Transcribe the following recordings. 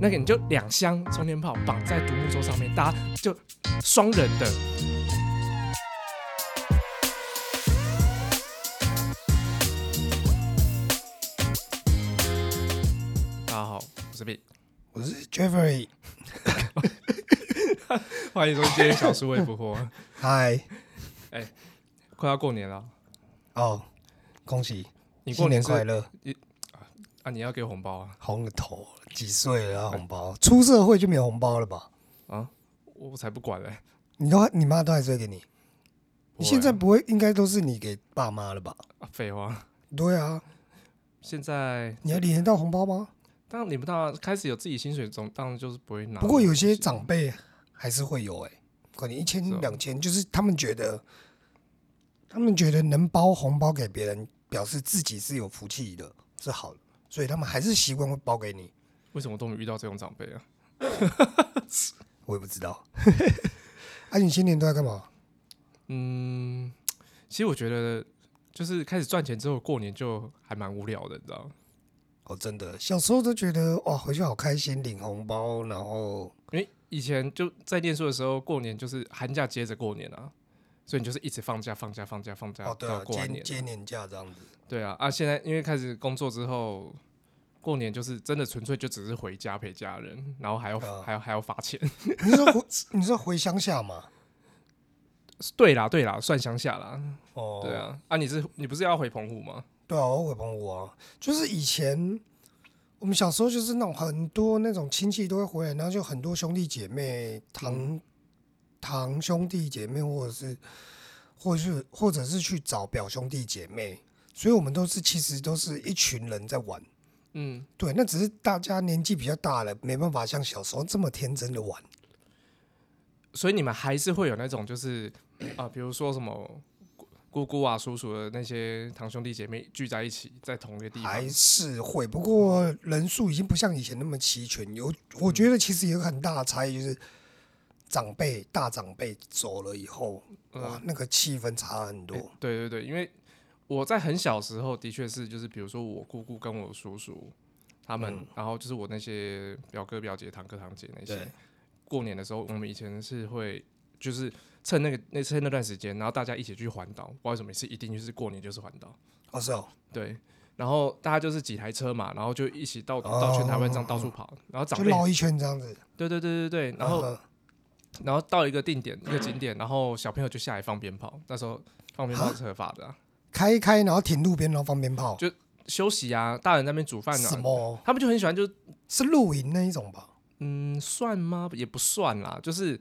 那个你就两箱冲天炮绑在独木舟上面，大家就双人的。大家好，我是 B，我是 Jeffrey，欢迎收听今天小苏微不惑。 嗨，快要过年了哦，恭喜，你过新年年是快乐！啊，你要给我红包啊？红了头，几岁了要红包？出社会就没有红包了吧？啊，我才不管嘞、你都你妈都还是会给你，你现在不会应该都是你给爸妈了吧？啊废话，对啊，现在你还领得到红包吗？当然领不到啊，开始有自己薪水总当然就是不会拿。不过有些长辈还是会有哎、可能一千是哦两千，就是他们觉得，他们觉得能包红包给别人，表示自己是有福气的，是好的，所以他们还是习惯会包给你。为什么都没遇到这种长辈啊？我也不知道。 啊，你新年都在干嘛？嗯，其实我觉得就是开始赚钱之后，过年就还蛮无聊的，你知道吗？哦，真的，小时候都觉得哇，回去好开心，领红包，然后因为以前就在念书的时候，过年就是寒假接着过年啊，所以你就是一直放假、放假、放假、放假，哦，对到啊，过完接年。接年假这样子。 对啊，啊，现在因为开始工作之后，过年就是真的纯粹就只是回家陪家人，然后还要、啊还要还要罚钱。 你是说回，你是说回乡下嘛？对啦，对啦，算乡下啦。 哦，对，啊，啊，你是你不是要回澎湖吗？对啊，我会澎湖啊，就是以前我们小时候就是那种很多那种亲戚都会回来，然后就很多兄弟姐妹、堂、堂兄弟姐妹，或者是或者是或者是去找表兄弟姐妹，所以我们都是其实都是一群人在玩。嗯，对，那只是大家年纪比较大了，没办法像小时候这么天真的玩。所以你们还是会有那种就是啊、比如说什么姑姑姑啊、叔叔的那些堂兄弟姐妹聚在一起，在同一个地方还是会，不过人数已经不像以前那么齐全。有，嗯我觉得其实有很大的差异就是，长辈大长辈走了以后，嗯哇，那个气氛差很多欸。对对对，因为我在很小时候的确是就是比如说我姑姑跟我叔叔他们，然后就是我那些表哥表姐、堂哥堂姐那些嗯对，过年的时候我们以前是会就是趁那个那趁那段时间，然后大家一起去环岛，不知道为什么是一定就是过年就是环岛。哦，是哦，对，然后大家就是几台车嘛，然后就一起到到全台湾这样到处跑，然后长哦就辈，绕一圈这样子。对对对对对，然后嗯然后到一个定点一个景点，然后小朋友就下来放鞭炮，那时候放鞭炮是合法的、啊，开一开，然后停路边，然后放鞭炮就，休息啊，大人在那边煮饭什啊，么？他们就很喜欢就，是露营那一种吧？嗯，算吗？也不算啦，就是。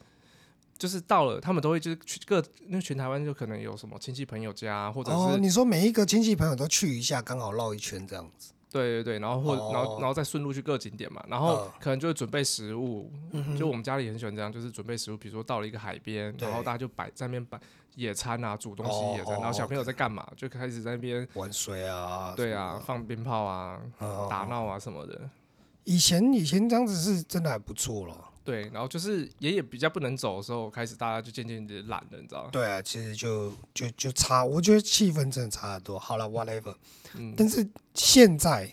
就是到了，他们都会就是去各那全台湾就可能有什么亲戚朋友家啊，或者是、哦，你说每一个亲戚朋友都去一下，刚好绕一圈这样子。对对对，然后或、然后哦然后再顺路去各景点嘛，然后嗯可能就会准备食物，就我们家里很喜欢这样，就是准备食物，比如说到了一个海边，对然后大家就摆在那边摆野餐啊，煮东哦西野餐，哦然后小哦朋友在干嘛，就开始在那边玩水啊，对啊放鞭炮啊、什么的，打嗯闹啊什么的，以前以前这样子是真的还不错了。对，然后就是爷爷比较不能走的时候，开始大家就渐渐的懒了，你知道吗？对啊，其实就就就差，我觉得气氛真的差得多。好了，whatever。但嗯是现在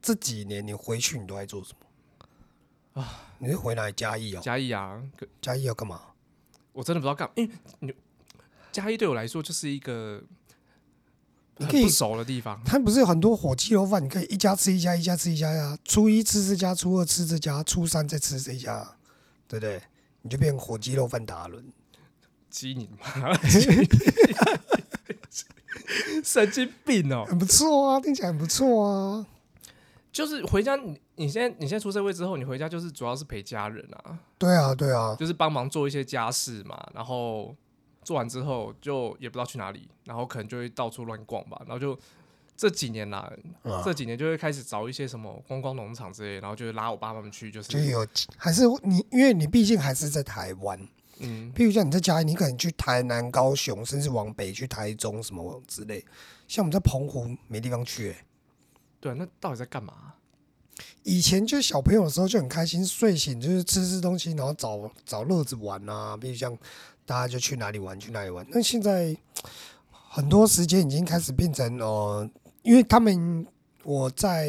这几年你回去，你都在做什么啊？你是回来嘉义哦？嘉义啊，可嘉义要干嘛？我真的不知道干嘛，因为你嘉义对我来说就是一个你很可以不熟的地方，他不是有很多火鸡肉饭，你可以一家吃一家，一家吃一家呀。初一吃这家，初二吃这家，初三再吃这家，对不对？你就变火鸡肉饭达人。鸡你妈！神经病哦！很不错啊，听起来很不错啊。就是回家，你你现在你现在出社会之后，你回家就是主要是陪家人啊，对啊，对啊，就是帮忙做一些家事嘛，然后做完之后就也不知道去哪里，然后可能就会到处乱逛吧，然后就这几年啦，嗯这几年就会开始找一些什么观光农场之类，然后就拉我爸他们去，就就是有还是你，因为你毕竟还是在台湾，嗯，譬如像你在家里，你可能去台南、高雄，甚至往北去台中什么之类。像我们在澎湖没地方去、欸，对啊，那到底在干嘛啊、以前就是小朋友的时候就很开心，睡醒就是吃吃东西，然后找找乐子玩啊。比如像大家就去哪里玩去哪里玩。那现在很多时间已经开始变成呃，因为他们我在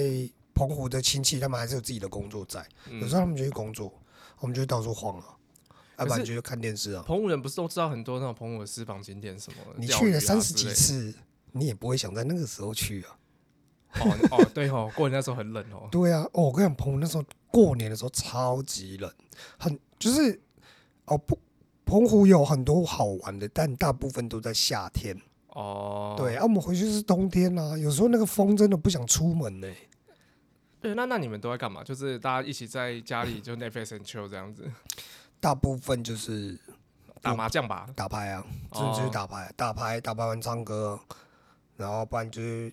澎湖的亲戚，他们还是有自己的工作在，嗯有时候他们就去工作，我们就到处晃啊，要不然就看电视啊。澎湖人不是都知道很多那种澎湖的私房景点什么？你钓去鱼了啊三十之几类的次，你也不会想在那个时候去啊。哦你哦，对哦，过年那时候很冷哦。对啊，哦，我跟你讲，澎湖那时候过年的时候超级冷，很就是哦不，澎湖有很多好玩的，但大部分都在夏天。哦，对，啊，我们回去是冬天啊，有时候那个风真的不想出门呢、对，那那你们都在干嘛？就是大家一起在家里就 Netflix and chill 这样子，大部分就是打嗯麻将吧。打牌啊，真的就是打牌，打牌打牌完唱歌，然后不然就是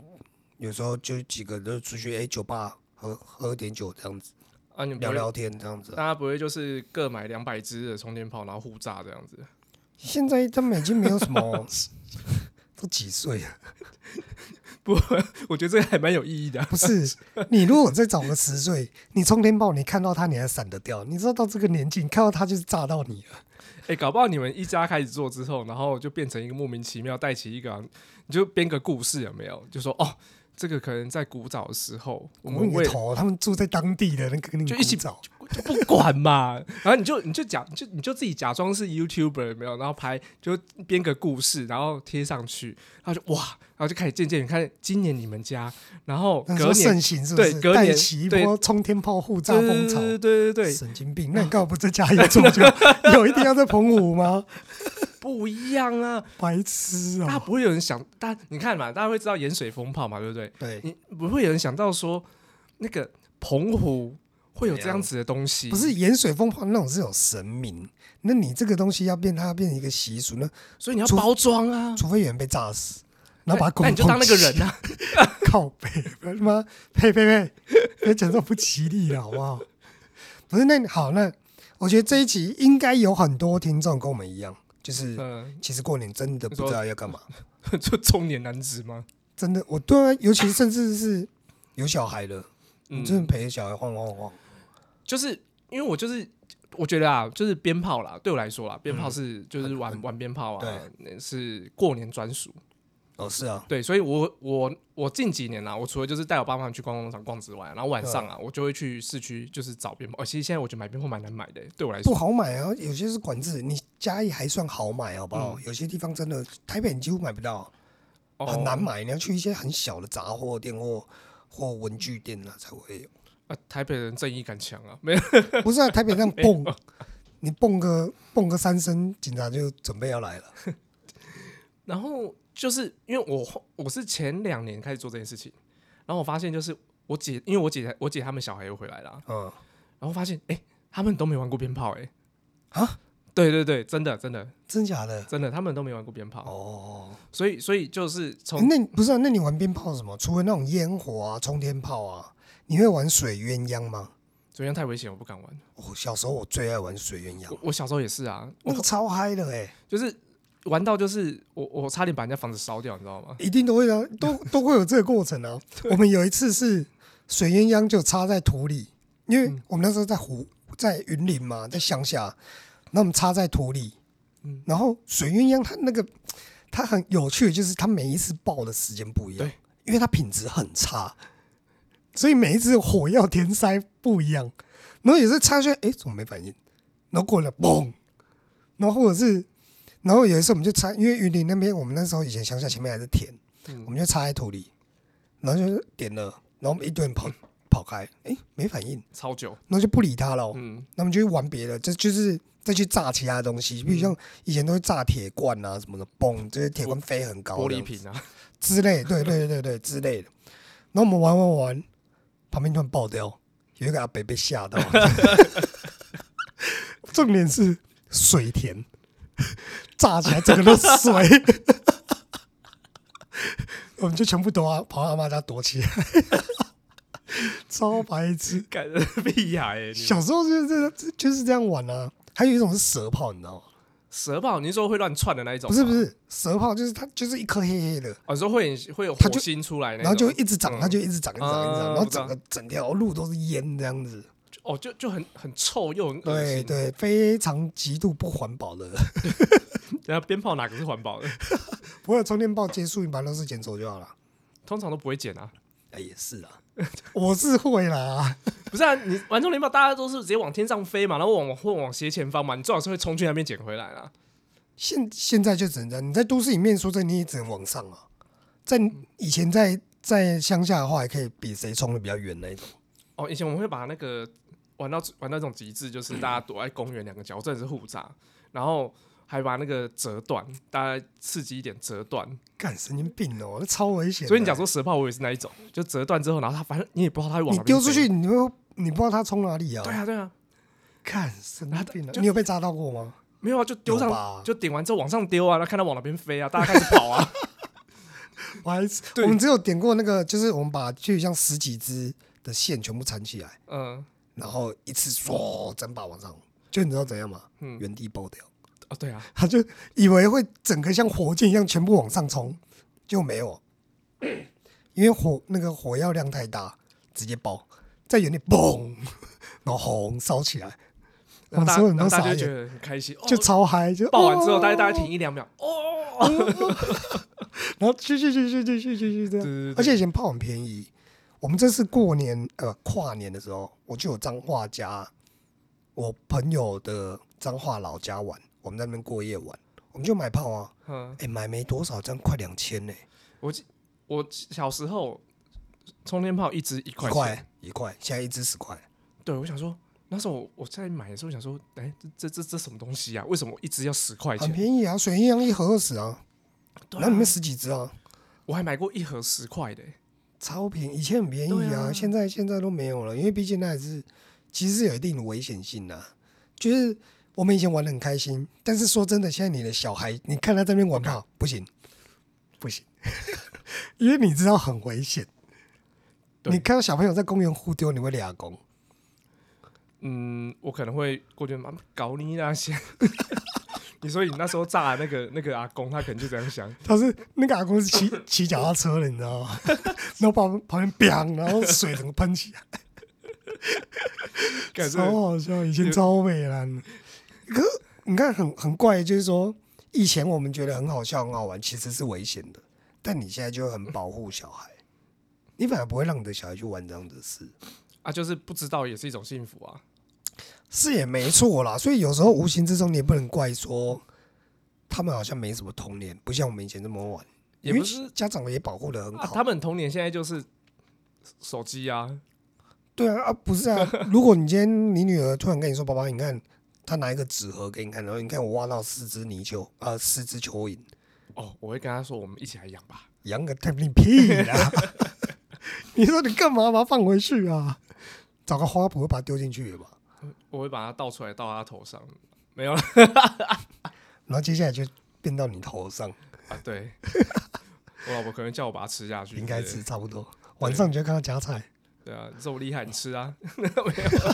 有时候就几个人就出去哎、酒吧喝喝点酒这样子，啊，你们不聊会聊天这样子啊、大家不会就是各买两百支的充电炮，然后互炸这样子？ 现在他们已经没有什么，都几岁了？不，我觉得这个还蛮有意义的啊、 不是你如果再找个十岁，你冲天炮你看到他你还闪得掉，你知道到这个年纪你看到他就是炸到你了。哎、搞不好你们一家开始做之后，然后就变成一个莫名其妙带起一个啊，你就编个故事有没有？就说哦，这个可能在古早的时候，我我们你为的头，他们住在当地的那个你就一起找，就 不管嘛，然后你就你就假你就你就自己假装是 YouTuber 有没有，然后拍就编个故事，然后贴上去，然后就哇，然后就开始渐渐你看今年你们家，然后那时隔候年盛行是不是？对隔年带起一对波冲天炮互炸对风潮。对对对对，神经病！那你干嘛不在家里做 就？有一定要在澎湖吗？不一样啊！白痴大家啊！不会有人想，大家你看嘛，大家会知道盐水风炮嘛，对不对？对，你不会有人想到说那个澎湖会有怎这样样子的东西，不是盐水风炮那种是有神明，那你这个东西要变，它要变成一个习俗，那所以你要除包装啊，除非有人被炸死，然后把它那供你就当那个人啊，啊， 靠背，不要他妈呸呸呸，别讲这种不吉利了，好不好？不是，那你好，那我觉得这一集应该有很多听众跟我们一样，就是嗯，其实过年真的不知道要干嘛。 就中年男子吗？真的，我对啊，尤其甚至是有小孩了，你嗯真的陪小孩晃晃晃，就是因为我就是我觉得啊，就是鞭炮啦，对我来说啦，鞭炮嗯是、就是玩玩鞭炮啊，是过年专属。哦，是啊，对，所以我我我近几年啊，我除了就是带我爸妈去逛工厂逛之外，然后晚上啊，我就会去市区就是找鞭炮。哦，其实现在我觉得买鞭炮蛮难买的、欸对我来不说。好买啊，有些是管制，你嘉义还算好买，好不好？有些地方真的，台北你几乎买不到，嗯哦很难买，你要去一些很小的杂货店或或文具店啊才会有。啊！台北人正义感强啊，没有 不是啊，台北这样蹦，你蹦个蹦个三声，警察就准备要来了。然后就是因为我后我是前两年开始做这件事情，然后我发现就是我姐，因为我姐我姐他们小孩又回来了，嗯，然后发现哎、诶他们都没玩过鞭炮哎、啊，对对对，真的真的真假的？真的，他们都没玩过鞭炮，哦，所以所以就是欸从那你不是啊？那你玩鞭炮什么？除了那种烟火啊、冲天炮啊，你会玩水鸳鸯吗？昨天太危险，我不敢玩。我小时候我最爱玩水鸳鸯我，我小时候也是啊，那个我超嗨的哎、就是玩到就是我我差点把人家房子烧掉，你知道吗？一定都会啊， 都都会有这个过程啊。我们有一次是水鸳鸯就插在土里，因为嗯我们那时候在湖在云林嘛，在乡下，那我们插在土里嗯，然后水鸳鸯它那个它很有趣，就是它每一次爆的时间不一样对，因为它品质很差，所以每一次火药填塞不一样。然后有时候插下去，哎，怎么没反应？然后过来嘣，然后或者是，然后有一次我们就插，因为云林那边我们那时候以前乡下前面还是田，嗯我们就插在土里，然后就是点了，然后我们一堆人跑跑开，哎，没反应，超久，然后就不理他了哦，嗯，那我们就去玩别的，这就是再去炸其他东西，比嗯如像以前都会炸铁罐啊什么的，嘣，这些铁罐飞很高，玻璃瓶啊， 之类，对对对对对之类的。然后我们玩玩玩，旁边突然爆掉，有一个阿北被吓到。重点是水田炸起来，整个都是水。 我们就全部躲啊，跑到阿妈家躲起来，超白痴。感人 屁呀哎！你们小时候就是这就是这样玩啊。还有一种是蛇炮，你知道吗？蛇炮，你是说会乱窜的那一种？啊不是不，是，蛇炮就是它就是一颗黑黑的，哦，你说会会有它火就星出来那种，然后就一直长，嗯它就一直长，一直长，一啊直长，然后我知道整个整条路都是烟这样子。哦，就就很很臭又很恶对心。，对，非常极度不环保的。 然后鞭炮哪个是环保的？不过充电宝结束，你把垃圾捡走就好了。通常都不会捡啊。哎，也是啊，我是会啦，不是啊，你玩中联邦大家都是直接往天上飞嘛，然后往或往斜前方嘛，你最好是会冲去那边捡回来啦。现现在就只能这样。你在都市里面说这你也只能往上啊，在以前在在乡下的话，还可以比谁冲的比较远那一种。哦，以前我们会把那个玩到玩到那种极致，就是大家躲在公园两个角，真的是互炸，然后还把那个折断，大家刺激一点折断。干神经病哦，那超危险的。所以你讲说蛇炮，我也是那一种，就折断之后，然后它反正你也不知道它会往你哪边丢出飞。去，你会你不知道他冲哪里啊？对啊，对啊，干神经病啊！就你有被炸到过吗？没有啊，就丢有上吧就点完之后往上丢啊，然后看它往哪边飞啊，大家开始跑 啊。我还是对我们只有点过那个，就是我们把就像十几只的线全部缠起来，嗯，然后一次唰整把往上，就你知道怎样吗？嗯原地爆掉。哦，对啊，他就以为会整个像火箭一样全部往上冲，就没有，因为火那个火药量太大，直接爆，在原地嘣，然后红烧起来，然后然后大所家然后大家有人都傻就觉眼，得很开心，哦就超嗨，就爆完之后，大家家大家停一两秒，哦，然后去去去去去去去去这对样，对对，而且以前炮很便宜，我们这次过年呃跨年的时候，我就有彰化家，我朋友的彰化老家玩，我们在那边过夜玩，我们就买炮啊，嗯，哎、买没多少，这样快两千呢。我记我小时候冲天炮一支一一块钱，块一块，现在一支十块，对我想说。那时候我我在买的时候想说，哎、这这这这什么东西啊？为什么一支要十块很钱？便宜啊，水印洋一盒二十啊，对然啊后里面十几支啊，我还买过一盒十块的、超便宜，以前很便宜对啊，啊现在现在都没有了，因为毕竟那也是其实是有一定的危险性的、啊，就是我们以前玩的很开心，但是说真的，现在你的小孩，你看他在那边玩炮，不行，不行， 因为你知道很危险，对你看到小朋友在公园互丢，你会俩拱，嗯，我可能会过去妈搞你那些。 你说你那时候炸的那个那个阿公，他可能就这样想，他是那个阿公 是骑骑脚踏车的，你知道吗？ 然后旁旁边 biang，然后水整个喷起来。感觉超好笑，以前超美兰的。可你看很很怪，就是说以前我们觉得很好笑、很好玩，其实是危险的，但你现在就很保护小孩，你反而不会让你的小孩去玩这样的事，啊，就是不知道也是一种幸福啊。是也没错啦。所以有时候无形之中你也不能怪说他们好像没什么童年，不像我们以前这么玩，也不是因为家长也保护的很啊，好。他们童年现在就是手机啊，对啊，啊不是啊，如果你今天你女儿突然跟你说：“爸爸，你看，她拿一个纸盒给你看，然后你看我挖到四只泥鳅，啊、四只蚯蚓，哦，我会跟他说我们一起来养吧。养个太你屁啦！ 你说你干嘛把它放回去啊？找个花圃把它丢进去吧。我会把它倒出来倒他头上，没有啦然后接下来就变到你头上，啊，对， 我老婆可能叫我把它吃下去，应该对是差不多。晚上你就看到 夹菜对啊，肉厉害，你吃啊，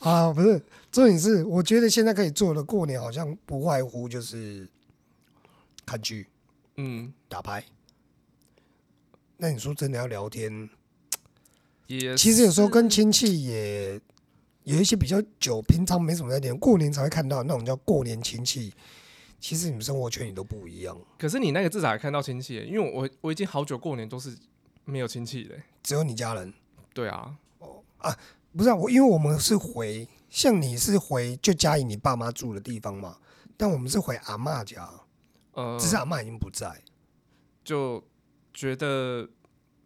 啊，不是重点是，我觉得现在可以做的过年好像不外乎就是看剧、嗯，打牌。那你说真的要聊天，也其实有时候跟亲戚也有一些比较久，平常没什么在聊，过年才会看到那种叫过年亲戚。其实你们生活圈也都不一样，可是你那个至少还看到亲戚耶，因为我我已经好久过年都是没有亲戚的耶，只有你家人。对啊，不是、啊、我，因为我们是回，像你是回就嘉义你爸妈住的地方嘛，但我们是回阿嬷家，呃，只是阿嬷已经不在。就觉得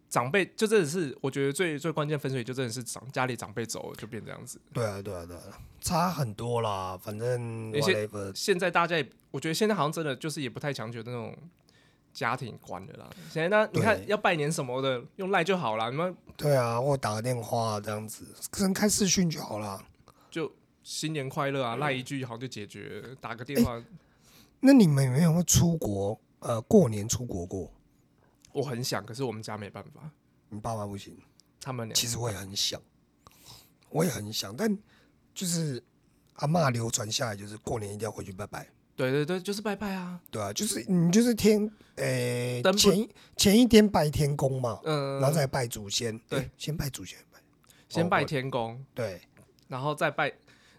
长辈就真的是，我觉得最最关键分水就真的是长家里长辈走了就变这样子。对啊，对啊，对啊，差很多啦。反正有些 whatever 现在大家也，我觉得现在好像真的就是也不太强求那种家庭观的啦。现在那你看对要拜年什么的，用赖就好啦。你们对啊，或打个电话这样子，可能开视讯就好啦。就新年快乐嗯啊，赖一句好像就解决了，打个电话。哎那你们有没有出国？呃，过年出国过？我很想，可是我们家没办法，你爸妈不行。他们俩其实我也很想，我也很想，但就是阿嬷流传下来，就是过年一定要回去拜拜。对对对，就是拜拜啊，对啊，就是你就是天，诶、灯不哎前一前一天拜天公嘛，嗯、然后再拜祖先，对诶先拜祖先，拜先拜哦天公，对然后再拜，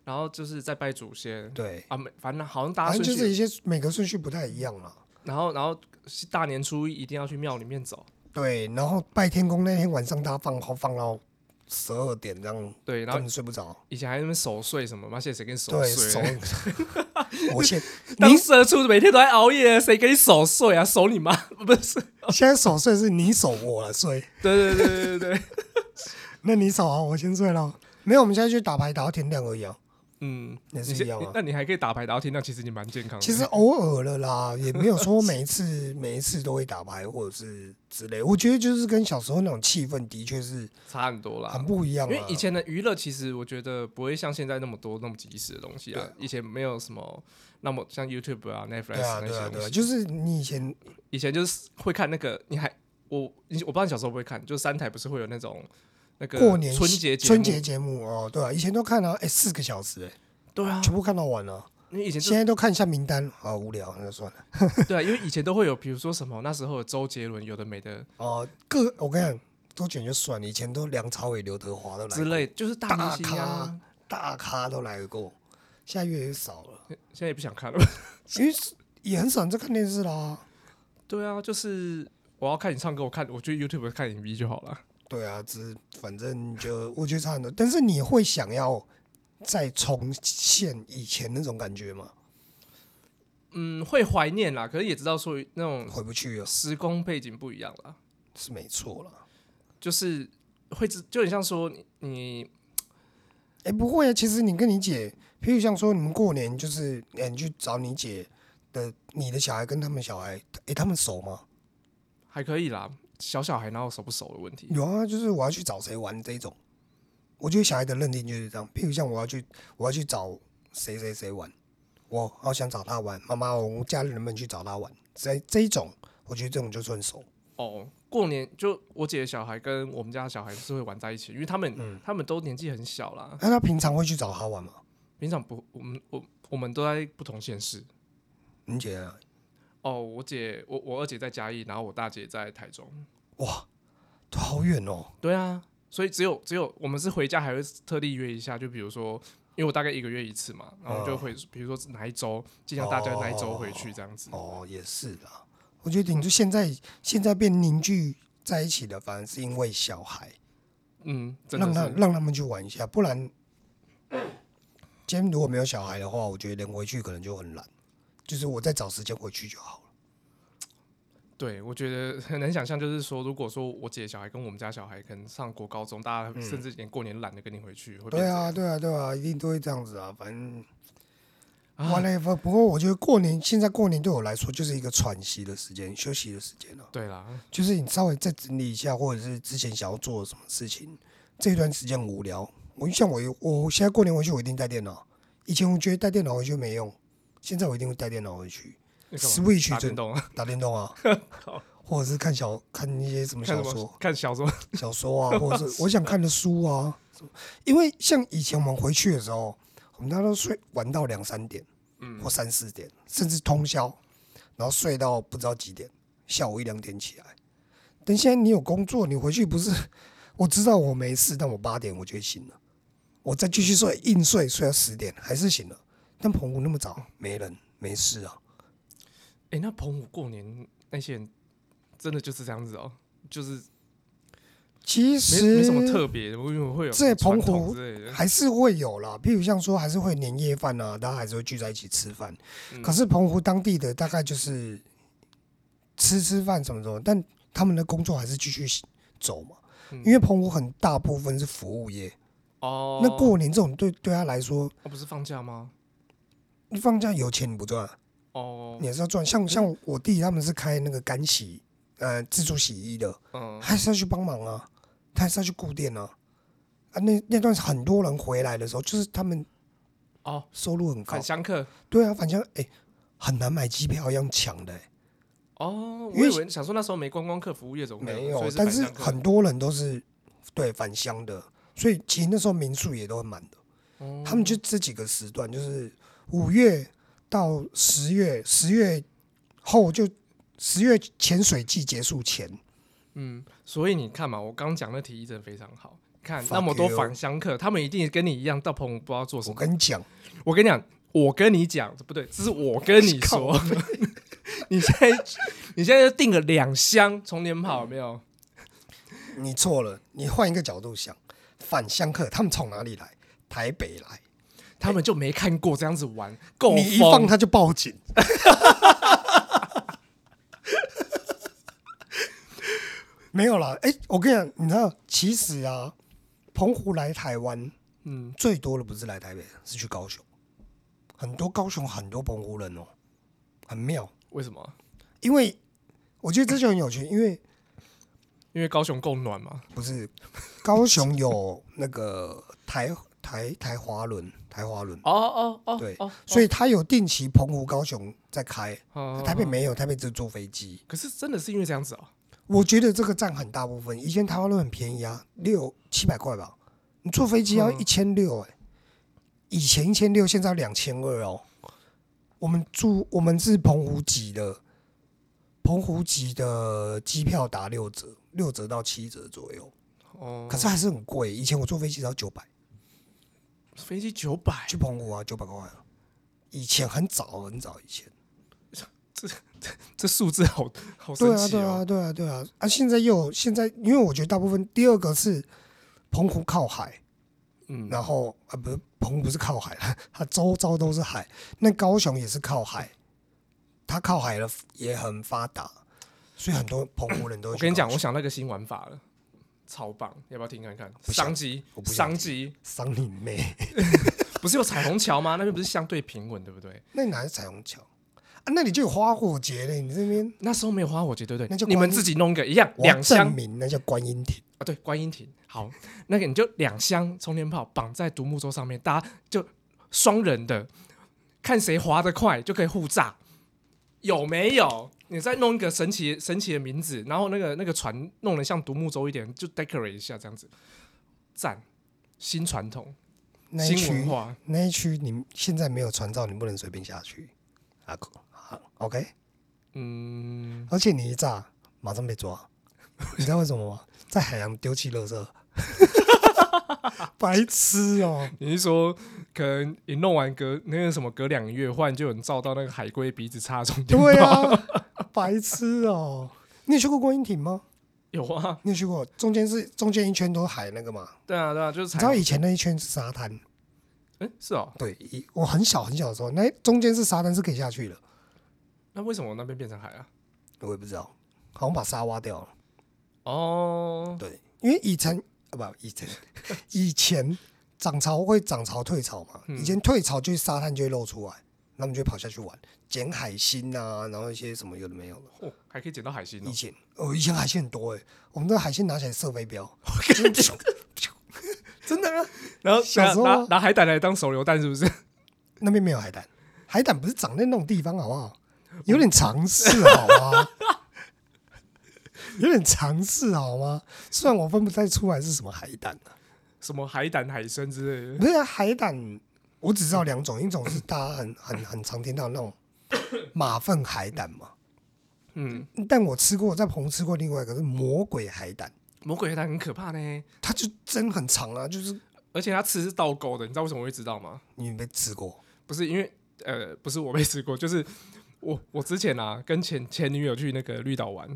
然后就是再拜祖先对，啊，没反正好像大家反正顺就序是一些每个顺序不太一样啦。然后然后是大年初一一定要去庙里面走，对，然后拜天公那天晚上他放好放到十二点这样，对，然根后本睡不着。以前还在那边守岁什么，妈现在谁跟你守对，手岁？， 我现当你社畜每天都在熬夜，谁跟你守岁啊？守你妈 不是？现在守岁是你守我了睡，对对对对对，对那你守啊，我先睡了。没有，我们现在去打牌打到天亮而已啊。 嗯，也你是先一样啊那你还可以打牌打到天亮，其实你蛮健康的。其实偶尔了啦，也没有说每一次 每一次都会打牌或者是之类。我觉得就是跟小时候那种气氛的确是差很多啦，很不一样、啊。因为以前的娱乐，其实我觉得不会像现在那么多那么及时的东西啊。以前没有什么那么像 YouTube 啊、Netflix 对啊那些对啊对啊，东西。就是你以前以前就是会看那个，你还我你我不知道你小时候会不会看，就三台不是会有那种那个过年春节节目春节节目哦，对啊，以前都看啊，哎，四个小时哎，对啊，全部看到完了。因为以前现就 在都看一下名单，好无聊，那就算了。对啊，因为以前都会有，比如说什么那时候有周杰伦有的没的哦，各我跟你讲，周杰伦就算了，以前都梁朝伟、刘德华都来之过，类，就是大明星啊，大咖都来过，现在越来越少了，现在也不想看了。 因为也很少人在看电视啦。对啊，就是我要看你唱歌，我看我去 YouTube 看 MV 就好了。对啊，只反正就我觉得差很多，但是你会想要再重现以前那种感觉吗？嗯，会怀念啦，可是也知道说那种回不去了，时空背景不一样啦，是没错了。就是会知就很像说你你哎、不会啊，其实你跟你姐，譬如像说你们过年就是，哎、你去找你姐的，你的小孩跟他们小孩，哎、他们熟吗？还可以啦，小小孩哪有熟不熟的问题？有啊，就是我要去找谁玩这种，我觉得小孩的认定就是这样。譬如像我要去，我要去找谁谁谁玩，我好想找他玩，妈妈，我家人能不能去找他玩？这这一种，我觉得这种就算熟。哦，过年就我姐的小孩跟我们家的小孩是会玩在一起，因为他们、他们都年纪很小啦，那他平常会去找他玩吗？平常不我们我我们都在不同县市。你姐啊，哦，我姐我我二姐在嘉义，然后我大姐在台中。哇，都好远哦。对啊，所以只有只有我们是回家还会特地约一下，就比如说，因为我大概一个月一次嘛，然后就会比如说哪一周，尽量大家哪一周回去这样子。哦，也是啦。我觉得你就现在现在变凝聚在一起的，反而是因为小孩，嗯，真让的他是，让他们去玩一下，不然，今天如果没有小孩的话，我觉得人回去可能就很懒，就是我再找时间回去就好了。对我觉得很难想象，就是说，如果说我姐小孩跟我们家小孩可能上国高中，大家甚至连过年懒得跟你回去，会变对成啊，对啊，对啊，一定都会这样子啊，反正。啊完了，不不过我觉得过年现在过年对我来说就是一个喘息的时间、休息的时间了、对啦，就是你稍微再整理一下，或者是之前想要做的什么事情，这段时间很无聊。我像我我现在过年回去，我一定带电脑。以前我觉得带电脑回去没用，现在我一定会带电脑回去你干嘛 Switch 打这电动啊，打电 动啊，或者是看小看一些什么看小什说么看小说，小 说啊，或者是我想看的书啊。因为像以前我们回去的时候，我们大家都睡玩到两三点，嗯或三四点，甚至通宵，然后睡到不知道几点，下午一两点起来。但现在你有工作，你回去不是？ 我知道我没事，但我八点我就醒了，我再继续睡，硬睡睡到十点还是醒了。但澎湖那么早没人没事啊，哎，那澎湖过年那些人真的就是这样子哦，就是其没实没什么特别的，因为我会有在澎传湖统之类的，还是会有啦，譬如像说还是会年夜饭啊，大家还是会聚在一起吃饭。嗯可是澎湖当地的大概就是吃吃饭什么什么，但他们的工作还是继续走嘛，嗯因为澎湖很大部分是服务业。哦，那过年这种对对他来说，哦不是放假吗？你放假有钱你不赚，啊哦你，还是要赚。像像我弟他们是开那个干洗，呃，自助洗衣的，嗯，还是要去帮忙啊，他还是要去顾店啊。啊，那那段很多人回来的时候，就是他们哦，收入很高返，乡客，对啊，反正哎、很难买机票一样抢的、欸，哦，我因为以为想说那时候没观光客服务业总没所有以，但返是乡客很多人都是对返乡的，所以其实那时候民宿也都很满的。哦他们就这几个时段，就是五月到十月，十月后就十月潜水季结束前，嗯，所以你看嘛，我刚讲那提议真的非常好。看 Fuck 那么多 you 返乡客，他们一定跟你一样到澎湖不知道做什我么。跟你讲，我 跟你讲，我跟你讲不对，这是我跟你说，你现在你现在就订了两箱充电跑，有没 有？你错了，你换一个角度想，反相克他们从哪里来？台北来，他们就没看过这样子玩，够你一放疯。他就报警。 没有啦，哎、我跟你讲，你知道，其实啊，澎湖来台湾嗯，最多的不是来台北，是去高雄。很多高雄很多澎湖人哦，很妙。为什么？因为我觉得这就很有趣，因为因为高雄够暖嘛。不是高雄有那个台台台华轮，台华轮，哦哦哦，对哦，所以它有定期澎湖、高雄在开，哦台北。哦哦没有，台北只有坐飞机。可是真的是因为这样子哦。我觉得这个占很大部分。以前台湾轮很便宜啊，六七百块吧，你坐飞机要嗯一千六哎，以前一千六，现在两千二哦。我们住我们是澎湖籍的，澎湖籍的机票打六折，六折到七折左右，哦，可是还是很贵。以前我坐飞机只要九百，飞机九百，去澎湖啊九百块啊。以前很早很早以前，这数字好好对神啊奇对哦。啊对啊对啊啊！现在又有现在，因为我觉得大部分第二个是澎湖靠海，嗯，然后啊，不是澎湖不是靠海， 它周遭都是海。那高雄也是靠海，它靠海了也很发达，所以很多澎湖人都会我去跟你讲，高我雄想到一个新玩法了，超棒！要不要听看看？不想商机我，不想商机，桑林妹， 不是有彩虹桥吗？那边不是相对平稳，对不对？那你哪是彩虹桥啊？那你就有花火节了，你这边那时候没有花火节，对不那就对？你们观音自己弄一个一样我要两箱证明那叫观音亭，啊，对，观音亭。好，那个你就两箱充电炮绑在独木舟上面，大家就双人的，看谁划得快就可以互炸，有没有？你再弄一个神奇神奇的名字，然后那个那个船弄得像独木舟一点，就 decorate 一下这样子，赞！新传统，那一新文区化，那一区你现在没有船照，你不能随便下去啊。好，OK，嗯，而且你一炸马上被抓，你知道为什么吗？在海洋丢弃垃圾，白痴哦、你是说可能你弄完隔那个什么隔两个月换就有人照到那个海龟鼻子插充电炮？对啊，白痴哦、你有去过观音亭吗？有啊，你有去过？中间是中间一圈都是海那个嘛？对啊，对啊，就是你彩知道虹，以前那一圈是沙滩？哎，是哦，对，以我很小很小的时候，那中间是沙滩是可以下去的。那为什么那边变成海啊？我也不知道，好像把沙挖掉了。哦，对，因为以前啊不以前 以前涨潮会涨潮退潮嘛，嗯以前退潮就是沙滩就会露出来，那我们就会跑下去玩，捡海星啊，然后一些什么有的没有的。哦，还可以捡到海星哦以。前哦，以前海鲜很多哎、我们这海鲜拿起来射飞镖，真的啊？然后小时候拿啊拿拿海胆来当手榴弹，是不是？ 那边没有海胆，海胆不是长在那种地方，好不好？有点尝试好吗？ 有点尝试好吗？虽然我分不太出来是什么海胆啊，什么海胆、海参之类的。不是啊海胆，我只知道两种，一种是大家很很很常听到那种马粪海胆嘛，嗯，但我吃过，在澎湖吃过另外一个是魔鬼海胆，魔鬼海胆很可怕呢，它就真很长啊，就是而且它吃是倒钩的，你知道为什么我会知道吗？你没吃过，不是因为呃，不是我没吃过， 就是我我之前啊跟前前女友去那个绿岛玩，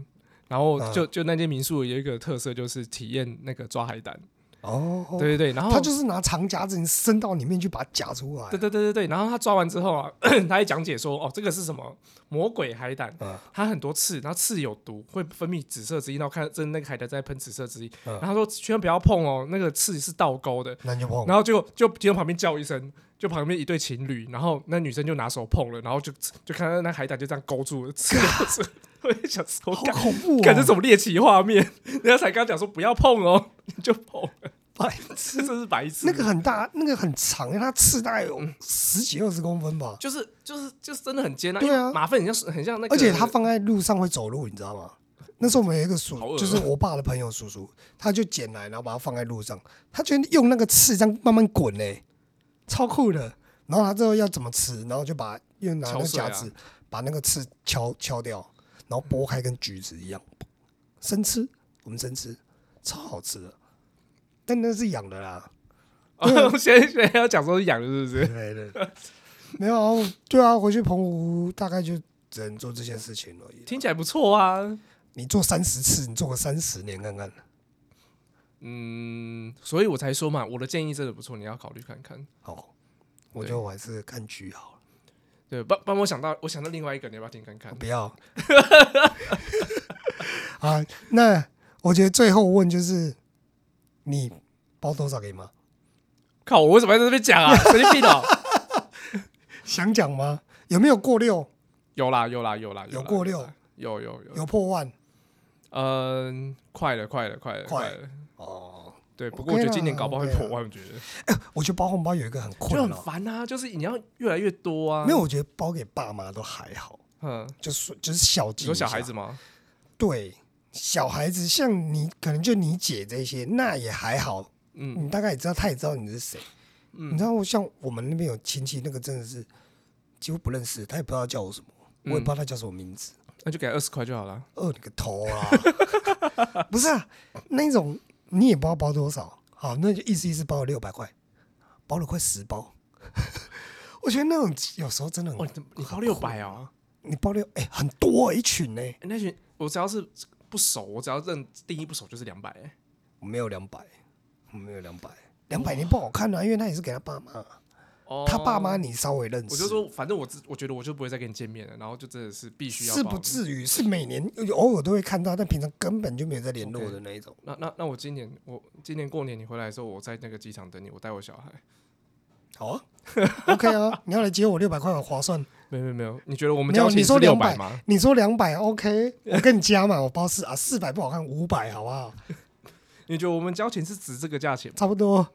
然后嗯就就那间民宿有一个特色就是体验那个抓海胆，哦，对对对，然后他就是拿长夹子你伸到里面去把它夹出来。对对对对对，然后他抓完之后啊， 他还讲解说，哦，这个是什么魔鬼海胆嗯，它很多刺，然后刺有毒，会分泌紫色汁液，然后看真的那个海胆在喷紫色汁液，嗯然后他说千万不要碰哦，那个刺是倒钩的，那你就碰。然后就就听到旁边叫一声，就旁边一对情侣，然后那女生就拿手碰了，然后就就看到那海胆就这样勾住了，刺 刺我也想说，好干恐怖、哦！干这种猎奇画面，人家才刚讲说不要碰哦， 你就碰了，白痴，这是白痴，那个很大，那个很长，它刺大概有十几二十公分吧。就是就是就是真的很尖啊，对啊因为马粪很像很像那个，而且它放在路上会走路，你知道吗？那时候我们有一个叔好恶，就是我爸的朋友叔叔，他就捡来，然后把它放在路上，他就用那个刺这样慢慢滚嘞、超酷的。然后他之后要怎么吃，然后就把又拿那敲个碎啊夹子、把那个刺敲敲掉，然后剥开跟橘子一样，生吃，我们生吃，超好吃的。但那是养 的啦， 哦，现在现在要讲说养的是不对是？对对，没有啊，对啊，回去澎湖大概就只能做这件事情而已。听起来不错啊。你做三十次，你做个三十年看看。嗯，所以我才说嘛，我的建议真的不错，你要考虑看看。好，我觉得我还是看剧好了。对，帮帮我想到，我想到另外一个，你要不要听看看？不要。 啊，那我觉得最后问就是，你包多少给妈？ 靠，我为什么要在这边讲啊？ 神经病哦！想讲吗？有没有过六？有啦，有啦，有啦，有啦过六，有有有，有破万？嗯，快了，快了，快了，快快了。哦，对，不 OK 过我觉得今年啦搞不好会 OK 啦破万，我觉得我觉得包红包有一个很就困很扰，烦啊，就是你要越来越多啊。没有，，我觉得包给爸妈都还好，嗯，就是就是孝你敬。说小孩子？吗？对，小孩子像你，可能就你姐这些，那也还好，嗯你大概也知道，他也知道你是谁。你嗯知，道，我像我们那边有亲戚，那个真的是几乎不认识，他也不知道叫我什么，我也不知道嗯他叫什么名字。那就给二十块就好了。哦，你个头啊！ 不是啊，那种你也不知道包多少，好，那就意思意思包了六百块，包了快十包。 我觉得那种有时候真的很，哦，你你包六百啊？你包六哎、很多、一群呢、欸那群我只要是不熟，我只要认定义不熟就是两百、欸。我没有两百，我没有两百，两百年不好看啊，因为他也是给他爸妈，哦他爸妈你稍微认识，我就说，反正我自我觉得我就不会再跟你见面了，然后就真的是必须要是报不名至于，是每年偶尔都会看到，但平常根本就没有在联络 OK 的那一种。那那那我今年我今年过年你回来的时候，我在那个机场等你，我带我小孩。好啊 ，OK 啊，你要来接我六百块很划 算。没有没有没有，你觉得我们没有交情你说是六200吗？你说两百 OK，我跟你加嘛，我包四啊，四百不好看，五百好不好？你觉得我们交情是值这个价钱吗？差不 多。啊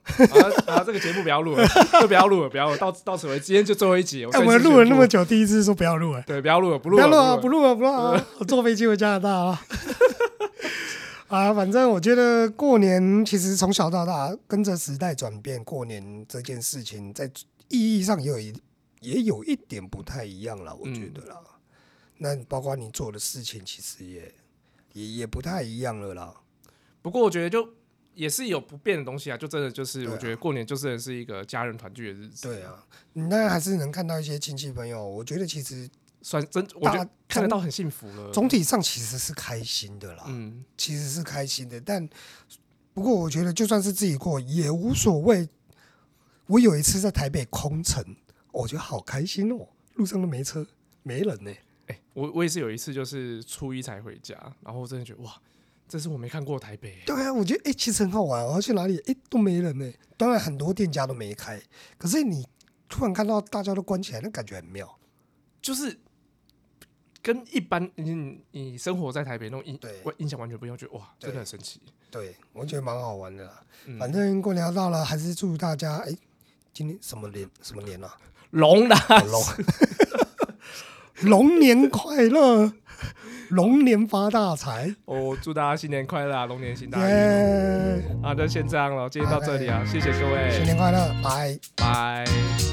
啊！这个节目不要录了，就不要录了，不要录了，到到此为止，今天就最后一集。哎、我正们式宣录了那么布，久，第一次说不要录了，对，不要录了，不不录了，呃要录啊，不不了。录啊，不录啊，我 坐飞机回加拿大啊。 啊，反正我觉得过年其实从小到大跟着时代转变，过年这件事情在意义上也有一也有一点不太一样嗯了，我觉得啦。那包括你做的事情，其实也也也不太一样了啦。不过我觉得就也是有不变的东西啊，就真的就是，对啊我觉得过年就真的是一个家人团聚的日子。对，啊，你当然还是能看到一些亲戚朋友，我觉得其实算真，我觉大得看得到很幸福了。总体上其实是开心的啦，嗯，其实是开心的。但不过我觉得就算是自己过也无所谓。我有一次在台北空城，我觉得好开心哦，路上都没车，没人呢、哎、我我也是有一次就是初一才回家，然后我真的觉得哇，这是我没看过的台北、对啊，我觉得哎、其实很好玩。我要去哪里，哎、都没人呢、当然很多店家都没开，可是你突然看到大家都关起来，那感觉很妙。就是跟一般你你生活在台北那种印对印象完全不一样，觉得哇，对真的很神奇。对，我觉得蛮好玩的啦。嗯反正过年要到了，还是祝大家哎、今天什么年什么年啊？龙啦， 好龙 龙年快乐，龙年发大财，我哦祝大家新年快乐啊，龙年行耶、大运！好，那先这样了，今天到这里啊，谢谢各新位，年快乐，拜。拜。